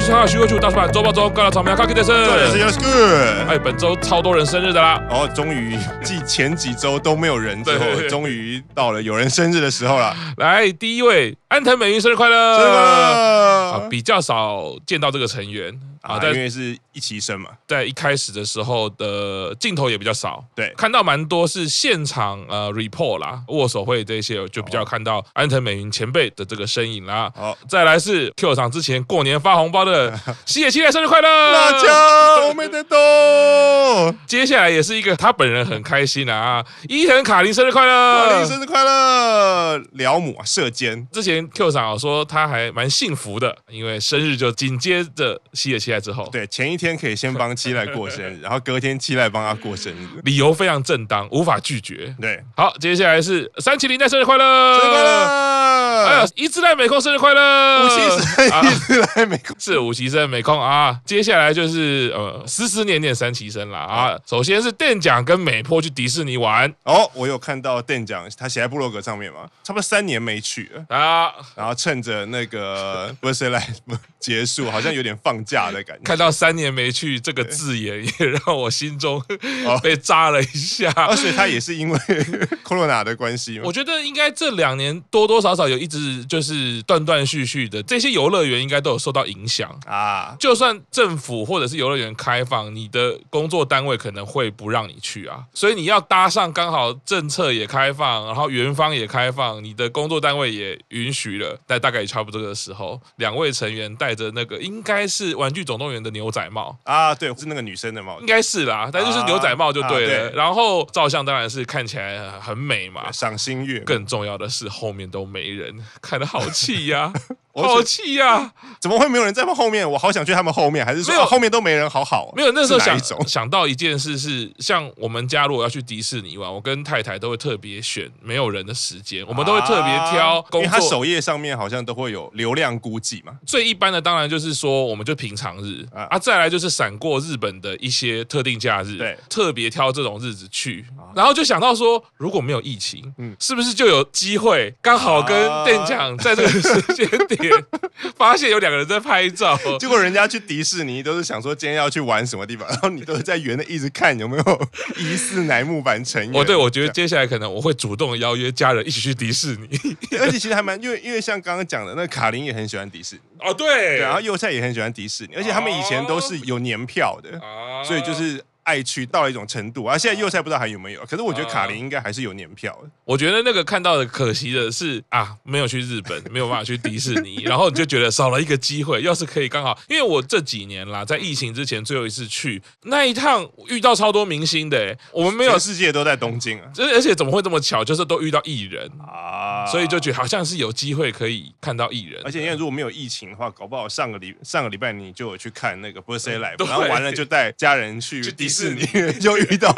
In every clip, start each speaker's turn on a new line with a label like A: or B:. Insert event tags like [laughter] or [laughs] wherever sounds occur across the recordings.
A: 是哈徐慧柱大叔版周报中，高了草莓要靠 K 的
B: 这也是
A: 是。
B: Yes Good。
A: 哎，本周超多人生日的啦！
B: 然后终于，继前几周都没有人之后
A: 对对，对
B: 终于到了有人生日的时候了。
A: 来，第一位，安藤美云生日快乐！
B: 生日快
A: 啊，
B: 乐！
A: 比较少见到这个成员啊，
B: 啊，
A: 在
B: 因为是一起生嘛，
A: 在一开始的时候的镜头也比较少，
B: 对，
A: 看到蛮多是现场呃 report 啦、握手会这些，就比较看到安藤美云前辈的这个身影啦。
B: 好，
A: 再来是 Q 场之前过年发红包
B: [laughs]
A: 的西野七濑生日快乐，
B: 大家我们的懂，
A: 接下来也是一个他本人很开心啊，伊藤卡林生日快
B: 大
A: 乐
B: 林。生日快乐，辽母啊射箭，
A: 之前 Q 厂有说他还蛮幸福的，因为生日就紧接着西野七濑之后，，
B: 对，前一天可以先帮七濑
A: [laughs]
B: 过生日，然后隔天七濑帮他过生日，
A: 理由非常正当，无法拒绝。
B: 对，
A: 好，接下来是三七零代生日快乐，
B: 生日快
A: 还有
B: 乐，
A: 一之濑美空呃哎生日快乐，
B: 五七
A: 啊
B: 生一直来美国，
A: 是五期生没空啊，接下来就是呃思思念念三期生啦啊。首先是店长跟美波去迪士尼玩
B: 哦，我有看到店长他写在部落格上面嘛，差不多三年没去了。
A: 啊，
B: 然后趁着那个 b i r t h d a [laughs] 结束，好像有点放假的感觉。
A: 看到三年没去这个字眼，也让我心中
B: 哦
A: [laughs] 被扎了一
B: [laughs]
A: 下。
B: 而且啊他也是因为 [laughs] corona 的关系嘛
A: 我，觉得应该这两年多多少少有一直就是断断续续的，这些游乐园应该都有受到影响。
B: 啊，
A: 就算政府或者是游乐园开放，你的工作单位可能会不让你去啊，所以你要搭上刚好政策也开放，然后园方也开放，你的工作单位也允许了，但大概也差不多这个时候，两位成员戴着那个应该是《玩具总动员》的牛仔帽。
B: 啊，对，是那个女生的帽
A: 应
B: 子，
A: 该是啦，但就是牛仔帽就对了。
B: 啊啊对
A: 然后照相当然是看起来很很美嘛，
B: 赏心悦。
A: 更重要的是后面都没人，看得好气呀、
B: [laughs] 我
A: 好气呀、
B: 怎么会没有人在后面？我好想去他们后面，还是说
A: 没有
B: 啊后面都没人，好好哦。
A: 没有，那时候
B: 是哪
A: 想
B: 一种
A: 想到一件事是，像我们家如果要去迪士尼玩，我跟太太都会特别选没有人的时间，我们都会特别挑
B: 啊因
A: 工
B: 为他
A: 作。
B: 首页上面好像都会有流量估计
A: [laughs]
B: 嘛。
A: 最一般的当然就是说，我们就平常日
B: 啊
A: 啊，再来就是闪过日本的一些特定假日，
B: 对啊
A: 特别挑这种日子去，然后就想到说，如果没有疫情，嗯，是不是就有机会刚好跟
B: 啊
A: 店长在这个时间
B: [laughs]
A: 点发现有两个人在拍照， [laughs]
B: 结果人家去迪士尼都是想说今天要去玩什么地方，然后你都是在园内一直看有没有 [laughs] 疑似乃木坂成员。
A: 我哦对我觉得接下来可能我会主动邀约家人一起去迪士尼。
B: [laughs] 而且其实还蛮，因为因为像刚刚讲的，那卡琳也很喜欢迪士尼，
A: 哦，对，
B: 对，然后幼菜也很喜欢迪士尼，而且他们以前都是有年票的，
A: 啊
B: 所以就是爱去到了一种程度啊。现在幼菜不知道还有没有，可是我
A: 哦
B: 觉得卡琳应该还是有年票的。
A: 我觉得那个看到的可惜的是啊，没有去日本， [laughs] 没有办法去迪士尼， [laughs] 然后你就觉得少了一个机会。要是可以刚好，因为我这几年啦，在疫情之前最后一次去那一趟，遇到超多明星的、欸，我们没有
B: 全，世界都在东京啊，
A: [laughs] 而而且怎么会这么巧，就是都遇到艺人，
B: 啊
A: 所以就觉得好像是有机会可以看到艺人，
B: 而且因为如果没有疫情的话，搞不好上个礼上个礼拜你就有去看那个 Birthday
A: 对
B: Live，然后完了就带家人去
A: 去迪
B: 迪
A: 士
B: 士
A: 尼
B: 尼， [laughs] 就遇
A: [laughs]
B: 到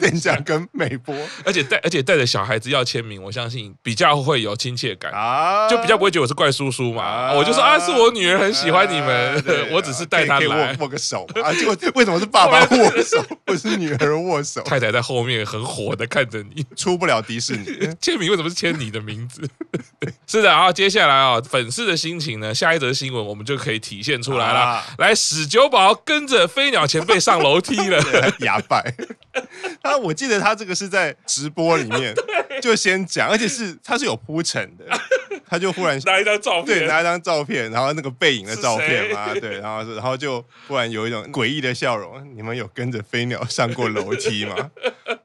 B: 店长跟美波
A: 而且带而且带着小孩子要签名，我相信比较会有亲切感。
B: 啊，
A: 就比较不会觉得我是怪叔叔嘛，
B: 啊
A: 我就说啊，是我女儿很喜欢你们，
B: 哎对
A: [laughs] 我只是带她
B: 可以可以
A: 来
B: 握。握个手嘛啊，结果为什么是爸爸握
A: [laughs]
B: 手，不是女儿握手？
A: 太太在后面很火的看着你， [laughs]
B: 出不了迪士尼
A: 签名为什么是签你的名字？ [laughs] 是的，啊，接下来啊、粉丝的心情呢，下一则新闻我们就可以体现出来了。
B: 啊
A: 来，史九宝跟着飞鸟前辈上楼梯
B: [laughs]
A: 了。
B: 牙拜。他我记得他这个是在直播
A: [laughs]
B: 里面就先讲，而且是他是有铺陈的，他就忽然
A: [laughs] [laughs] 拿一张照
B: 对
A: 片，
B: 拿一张照片，然后那个背影的照片嘛，
A: 是谁
B: 对，然后是然后就忽然有一种诡异的笑容。你们有跟着飞鸟上过楼梯
A: [laughs]
B: 吗？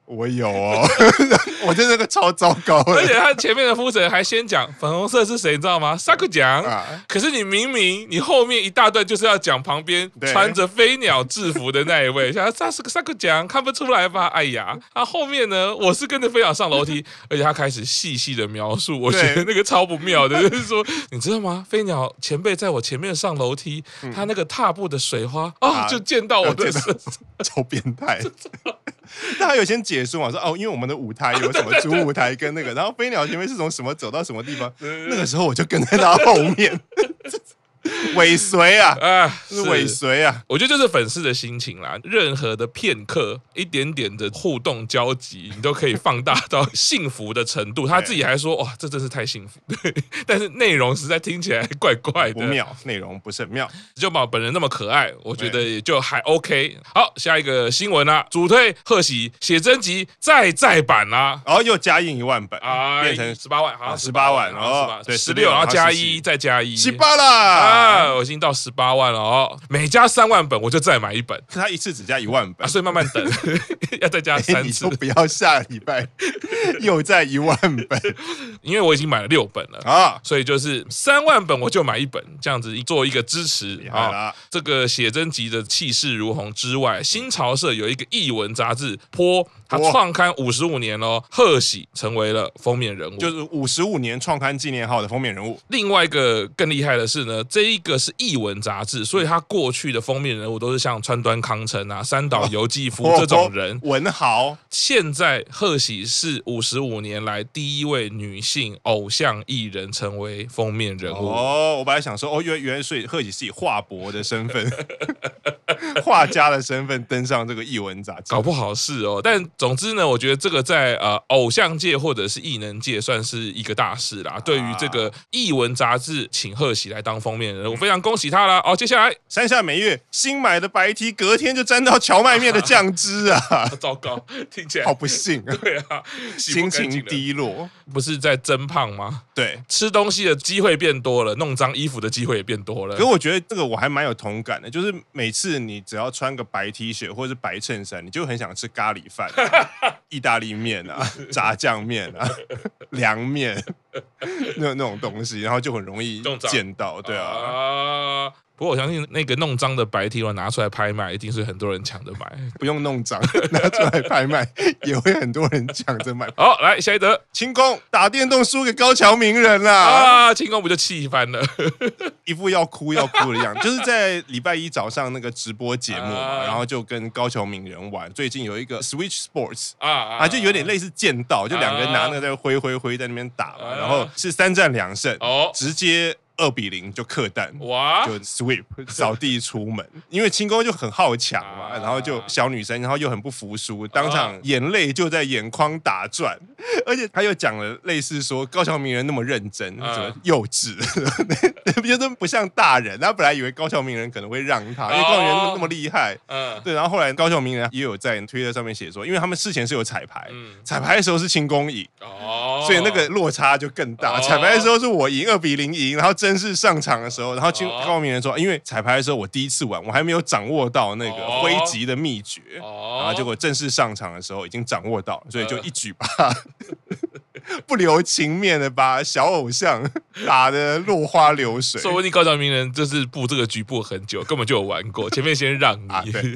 B: 我有哦， [laughs] 我觉得那个超糟糕
A: 而且
B: 的
A: 他前面的夫人还先讲粉红色是谁，你知道吗？萨克奖。
B: 啊。
A: 可是你明明你后面一大段就是要讲旁边
B: 对
A: 穿着飞鸟制服的那一
B: [laughs]
A: 位，想他是个萨克讲看不出来吧？哎呀，啊后面呢，我是跟着飞鸟上楼梯，
B: [laughs]
A: 而且他开始细细的描述，我觉得
B: 对
A: 那个超不妙的，就是说你知道吗？飞鸟前辈在我前面上楼梯，他那个踏步的水花啊，
B: 嗯啊
A: 就溅
B: [laughs]
A: 到我的
B: 有溅
A: 身
B: 到，超变态。 [laughs] 那他有先解说嘛，说哦，因为我们的舞台
A: [laughs]
B: 有什么主舞台跟那个，然后飞鸟前面是从什么走到什么地方，那个时候我就跟在他后面。 [laughs] 尾随啊，
A: 啊，
B: 是尾随啊，
A: 我觉得就是粉丝的心情啦，任何的片刻、一点点的互动交集，你都可以放大到幸福的程度。他自己还说：“哇，这真是太幸福。”对， [laughs] 但是内容实在听起来怪怪
B: 不
A: 的。
B: 妙，内容不是很妙。
A: 就宝本人那么可爱，我觉得也就还 OK。好，下一个新闻啦、主推贺喜写真集再再版啦、
B: 然后哦又加印一万本，
A: 啊，
B: 变成
A: 十八万，好像
B: 啊18万
A: 然后
B: 哦对
A: 十六，
B: 16
A: 然后加
B: 然后
A: 一，
B: 17
A: 再加一，
B: 七八啦。
A: 啊，我已经到十八万了哦，每加三万本，我就再买一本。
B: 可他一次只加一万
A: 啊，
B: 本，
A: 所以慢慢
B: [laughs]
A: 等，要再加
B: 哎
A: 三
B: 你
A: 次
B: 就，不要下礼拜 [laughs] 又再一万本
A: [laughs] 因为我已经买了六本了。
B: 啊！
A: 所以就是三万本我就买一本，这样子做一个支持
B: 厉害
A: 啊、
B: 啦，
A: 这个写真集的气势如虹之外，新潮社有一个译文杂志《坡》，它
B: 哇
A: 创刊五十五年喽，贺喜成为了封面人物。
B: 就是五十五年创刊纪念号的封面人物，
A: 另外一个更厉害的是呢，这一个是译文杂志，所以它过去的封面人物都是像川端康成啊、三岛由纪夫
B: 哦
A: 这种人。
B: 文豪
A: 现在贺喜是五十五年来第一位女性偶像艺人成为封面人物。
B: 哦。我本来想说，哦，原原来所以贺喜是以画伯的身份、 [laughs] 画家的身份登上这个译文杂志
A: 搞，不好是哦，但总之呢，我觉得这个在呃偶像界或者是艺能界算是一个大事啦。对于这个艺文杂志，请贺喜来当封面人物，非常恭喜他啦。哦，接下来 [laughs]
B: 山下美月新买的白 T，隔天就沾到荞麦面的酱汁
A: [laughs]
B: 啊，
A: 糟糕，听起来
B: 好不幸
A: [laughs]
B: 啊，
A: 对啊，洗不
B: 心
A: 干净
B: 情
A: 了，嗯
B: 低落。
A: 不是在增胖吗？
B: 对，
A: 吃东西的机会变多了，弄脏衣服的机会也变多了
B: 可。我觉得这个我还蛮有同感的，就是每次你只要穿个白 T 恤或者是白衬衫，你就很想吃咖喱饭啊、意大利面啊、炸酱面啊、凉面 [laughs] 那那种东西，然后就很容易
A: 弄脏
B: 见到。对啊，
A: 啊不过我相信那个弄脏的白 T 我拿出来拍卖，一定是很多人抢着买。
B: 不用弄脏， [laughs] 拿出来拍卖 [laughs] 也会很多人抢着买。
A: 好，来下一则
B: 清宫打电动输给高桥名人啦，
A: 啊，庆功不就气翻了？
B: 一副要哭要哭的样
A: [laughs]
B: 子，就是在礼拜一早上那个直播节目嘛，
A: 啊
B: 然后就跟高桥名人玩。最近有一个 Switch Sports。
A: 啊啊
B: 啊，就有点类似剑道，就两个人拿那个在挥挥挥在那边打嘛，
A: 啊
B: 然后是三战两胜，
A: 哦，
B: 直接二比零就克蛋。
A: 哇
B: 就 sweep
A: [laughs]
B: 扫地出门，因为清宫就很好强嘛，
A: 啊
B: 然后就小女生，然后又很不服输，当场眼泪就在眼眶打转， [laughs] 而且他又讲了类似说高桥名人那么认真，
A: 啊
B: 什么幼稚， [laughs] 就是不像大人。他本来以为高桥名人可能会让他，因为高桥名人那么
A: 哦
B: 那么厉害，
A: 嗯
B: 对，然后后来高桥名人也有在推特上面写说，因为他们事前是有彩排，
A: 嗯
B: 彩排的时候是清宫赢，
A: 哦，
B: 所以那个落差就更大。
A: 哦
B: 彩排的时候是我赢二比零赢，然后正式上场的时候，然后清
A: 哦
B: 高桥名人说，因为彩排的时候我第一次玩，我还没有掌握到那个
A: 哦
B: 挥击的秘诀，
A: 哦，
B: 然啊后结果正式上场的时候已经掌握到了，所以就
A: 呃
B: 一举把。 [laughs] 不留情面的把小偶像 [laughs] 打得落花流水，
A: 说不定高桥名人就是布这个局布很久，根本就有玩过，前面先让
B: 啊
A: 你
B: 对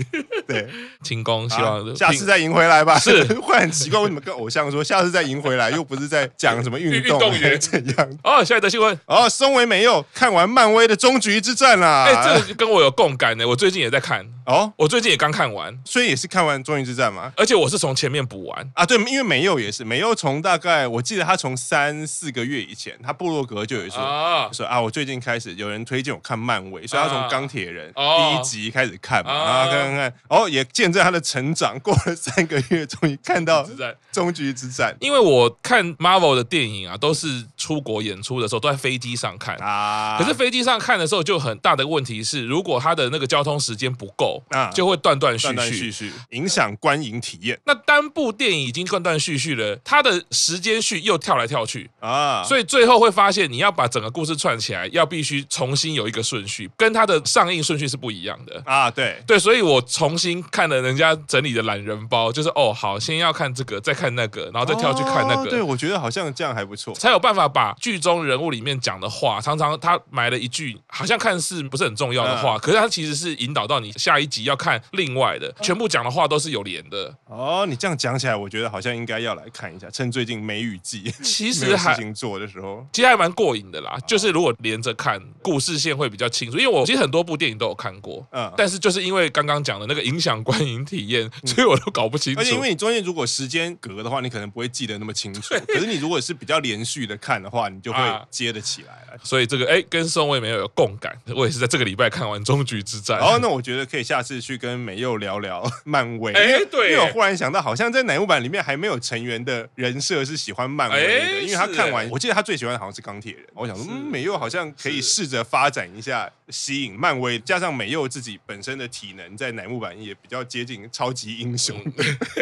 B: 对，
A: 庆功，希
B: 啊
A: 望
B: 下次再赢回来吧。
A: 是
B: 会很奇怪，为什么跟偶像说下次再赢回
A: [laughs]
B: 来，又不是在讲什么运
A: 运
B: 动
A: 动员
B: 怎样？
A: 哦，下一则新闻。
B: 哦，松尾美佑看完漫威的终局之战啦。
A: 哎、这个跟我有共感呢、我最近也在看，
B: 哦，
A: 我最近也刚看完，
B: 所以也是看完终局之战嘛。
A: 而且我是从前面补完。
B: 啊，对，因为美佑也是，美佑从大概我记得他从三四个月以前，他部落格就有说。
A: 啊
B: 说啊，我最近开始有人推荐我看漫威，所以他
A: 啊
B: 从钢铁人
A: 哦
B: 第一集开始看嘛，
A: 啊
B: 然后看看看，哦，也见证他的成长。过了三个月，终于看到
A: 是在，
B: 终局之战
A: 因为我看 Marvel 的电影啊，都是出国演出的时候都在飞机上看。
B: 啊！
A: 可是飞机上看的时候，就很大的问题是，如果它的那个交通时间不够，
B: 啊
A: 就会断断续
B: 断断续
A: 续。
B: 续，影响观影体验
A: 那单部电影已经断断续续了，它的时间序又跳来跳去，
B: 啊。
A: 所以最后会发现，你要把整个故事串起来，要必须重新有一个顺序，跟它的上映顺序是不一样的。
B: 啊，对，
A: 对，所以我重新看了人家整理的懒人包，就是哦，好，先要看这个，再看那个，然后再跳去看那
B: 哦
A: 个，
B: 对，我觉得好像这样还不错。
A: 才有办法把剧中人物里面讲的话，常常他埋了一句好像看似不是很重要
B: 嗯
A: 的话，可是他其实是引导到你下一集要看另外的，全部讲的话都是有连的。
B: 哦，你这样讲起来，我觉得好像应该要来看一下，趁最近梅雨记，
A: 其
B: 没 [laughs]
A: 实
B: 有事
A: 还
B: 情哦做的时候，
A: 其实还蛮过瘾的啦，就是如果连着看，故事线会比较清楚。因为我其实很多部电影都有看过，
B: 嗯，
A: 但是就是因为刚刚讲的那个影响观影体验，所以我都搞不清楚
B: 而。且因为你中间如果时间隔的话，你可能不会记得那么
A: [laughs]
B: 清楚。可是你如果是比较连续的看的话，你就
A: 啊
B: 会接得起来了。
A: 所以这个哎，跟宋卫没有有共感，我也是在这个礼拜看完《终局之战》。
B: 然后，那我觉得可以下次去跟美佑聊聊 [laughs] 漫威。
A: 哎
B: 因为
A: 对耶
B: 因为我忽然想到，好像在乃木坂里面还没有成员的人设是喜欢漫威
A: 哎
B: 的，因为他
A: 是
B: 看完
A: 耶，
B: 我记得他最喜欢的好像是钢铁人。我想说，嗯，美佑好像可以试着发展一下吸引漫威，加上美佑自己本身的体能，在乃木坂也比较接近超级英雄，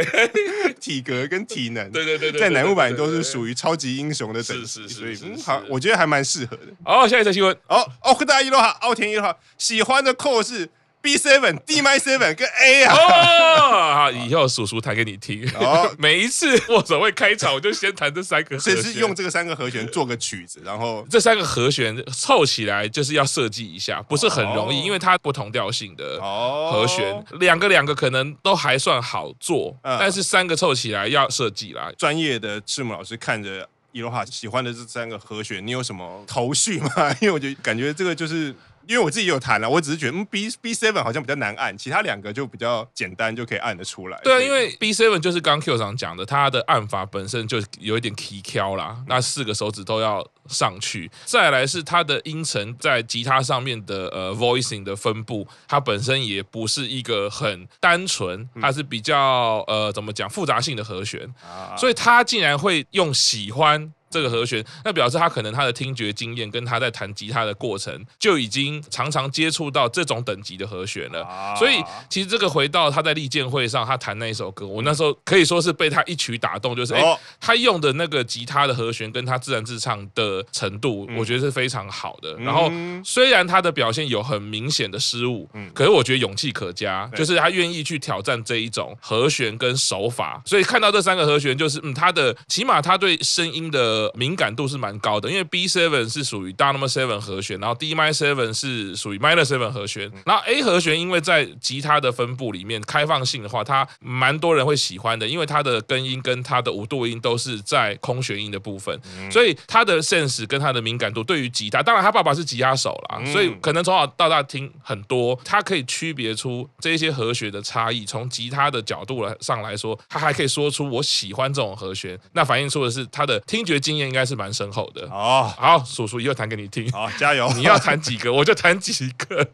B: [laughs] 体格跟体能。
A: [laughs] 嗯对对对对，
B: 在乃木坂都是
A: 于。
B: 属于超级英雄的等级，
A: 是是是
B: 所以
A: 是
B: 嗯
A: 是
B: 好，我觉得还蛮适合的。
A: 好，下一则新闻，
B: 哦，奥克大一的话，奥田一的话，喜欢的扣是 B seven、D m seven 跟 A 啊。 [laughs]
A: 哦，好以后叔叔弹给你听。
B: 哦
A: [laughs] 每一次握手会开场，我就先弹这三 [laughs] 个和
B: 所
A: 弦。
B: 以是用这个三个和弦做个曲子，
A: [laughs]
B: 然后
A: 这三个和弦凑起来，就是要设计一下，不是很容易，
B: 哦
A: 因为它不同调性的
B: 哦
A: 和弦，两个两个可能都还算好做，
B: 嗯
A: 但是三个凑起来要设计啦。
B: 专业的赤木老师看着伊罗哈喜欢的这三个和弦，你有什么头绪吗？ [laughs] 因为我就感觉这个就是。因为我自己有弹了、我只是觉得嗯 B B seven 好像比较难按，其他两个就比较简单，就可以按得出来。
A: 对啊，
B: 所以
A: 因为 B seven 就是刚 Q 上讲的，它的按法本身就有一点 key 敲啦，那四个手指都要上去。再来是它的音程在吉他上面的呃 voicing 的分布，它本身也不是一个很单纯，它是比较呃怎么讲复杂性的和弦，
B: 啊
A: 所以他竟然会用喜欢。这个和弦，那表示他可能他的听觉经验跟他在弹吉他的过程就已经常常接触到这种等级的和弦了。
B: 啊
A: 所以其实这个回到他在利剑会上，他弹那一首歌，我那时候可以说是被他一曲打动，就是哎、
B: 哦
A: 他用的那个吉他的和弦跟他自然自唱的程度，我觉得是非常好
B: 嗯
A: 的。然后虽然他的表现有很明显的失误，可是我觉得勇气可嘉，
B: 对
A: 就是他愿意去挑战这一种和弦跟手法。所以看到这三个和弦，就是嗯，他的起码他对声音的敏感度是蛮高的，因为 B seven 是属于大 number seven 和弦，然后 D minor seven 是属于 minor seven 和弦，然后 A 和弦因为在吉他的分布里面开放性的话，它蛮多人会喜欢的，因为它的根音跟它的五度音都是在空弦音的部分，
B: 嗯
A: 所以他的 sense 跟他的敏感度对于吉他，当然他爸爸是吉他手啦，
B: 嗯
A: 所以可能从小到大听很多，他可以区别出这些和弦的差异。从吉他的角度来上来说，他还可以说出我喜欢这种和弦，那反映出的是他的听觉经验应该是蛮深厚的。
B: 哦，
A: 好，叔叔以后弹给你听，
B: 好啊加油！
A: 你要弹几个我就弹几个， [laughs]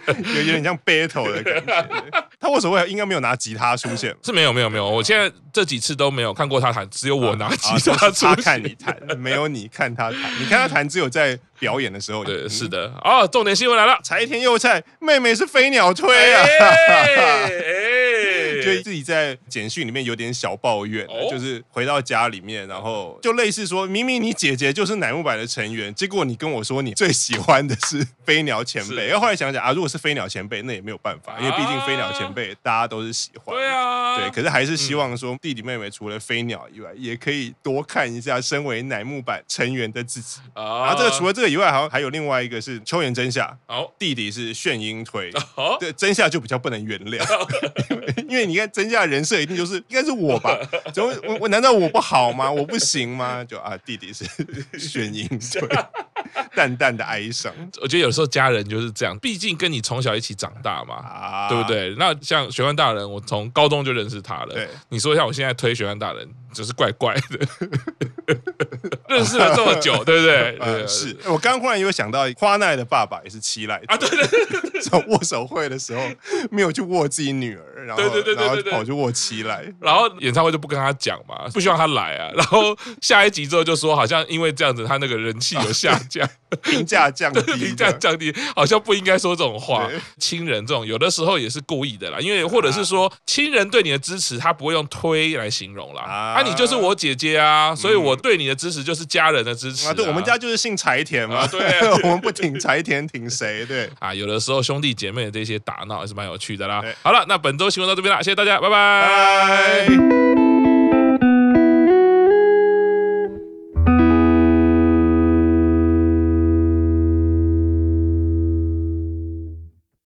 B: [laughs] 有有点像 battle 的感觉。他为什么会应该没有拿吉他出现？
A: 是没有没有没有，我现在这几次都没有看过他弹，只有我拿
B: [laughs]
A: 吉
B: 啊
A: 他
B: 都是
A: 出
B: 他
A: 去
B: 看你弹，没有你看他弹。你看他弹，只有在表演的时候。
A: 对，是
B: 嗯
A: 的。哦，重点新闻来了，
B: 柴田佑菜妹妹是飞鸟推啊。
A: 哎
B: [laughs] 就自己在简讯里面有点小抱怨，
A: 哦
B: 就是回到家里面，然后就类似说，明明你姐姐就是乃木坂的成员，结果你跟我说你最喜欢的是飞鸟前辈，
A: 是
B: 然后后来想想啊，如果是飞鸟前辈，那也没有办法，因为毕竟飞鸟前辈大家都是喜欢，
A: 对啊，
B: 对，可是还是希望说弟弟妹妹除了飞鸟以外，也可以多看一下身为乃木坂成员的自己。
A: 啊
B: 然后这个除了这个以外，好像还有另外一个是秋元真夏，
A: 好
B: 弟弟是炫音推。
A: 好
B: 对真夏就比较不能原谅，
A: [laughs]
B: 因为你看真夏的人设一定就是应该是我吧？怎么我我难道我不好吗？我不行吗？就啊，弟弟是炫音
A: [laughs]
B: 推，淡淡的哀伤
A: 我觉得有时候家人就是这样，毕竟跟你从小一起长大嘛，
B: 啊，
A: 对不？对？那像学万大人，我从高中就认识他了
B: 对。
A: 你说一下，我现在推学万大人，就是怪怪的。认识了这么久，对不对？
B: [laughs] 呃，
A: 对
B: 是我刚刚忽然有想到，花奈的爸爸也是七濑
A: 啊，对对对对 [laughs]
B: 手握手会的时候没有去握自己女儿，然后
A: 对对对对对对
B: 然后跑去握七
A: [laughs]
B: 来，
A: 然后演唱会就不跟他讲嘛，不希望他来啊。然后下一集之后就说，好像因为这样子，他那个人气有下降。
B: 评价降低，
A: 评价降低，好像不应该说这种话
B: 对。啊
A: 亲人这种有的时候也是故意的啦，因为或者是说亲人对你的支持，他不会用推来形容啦。
B: 啊嗯
A: 啊，你就是我姐姐啊，所以我对你的支持就是家人的支持
B: 啊，对我们家就是姓柴田嘛，
A: 啊对啊
B: [laughs] 我们不挺柴田挺
A: [laughs]
B: 谁？对，
A: 啊，有的时候兄弟姐妹的这些打闹也是蛮有趣的啦
B: 对。
A: 好了，那本周新闻到这边啦，谢谢大家，拜拜
B: 拜拜。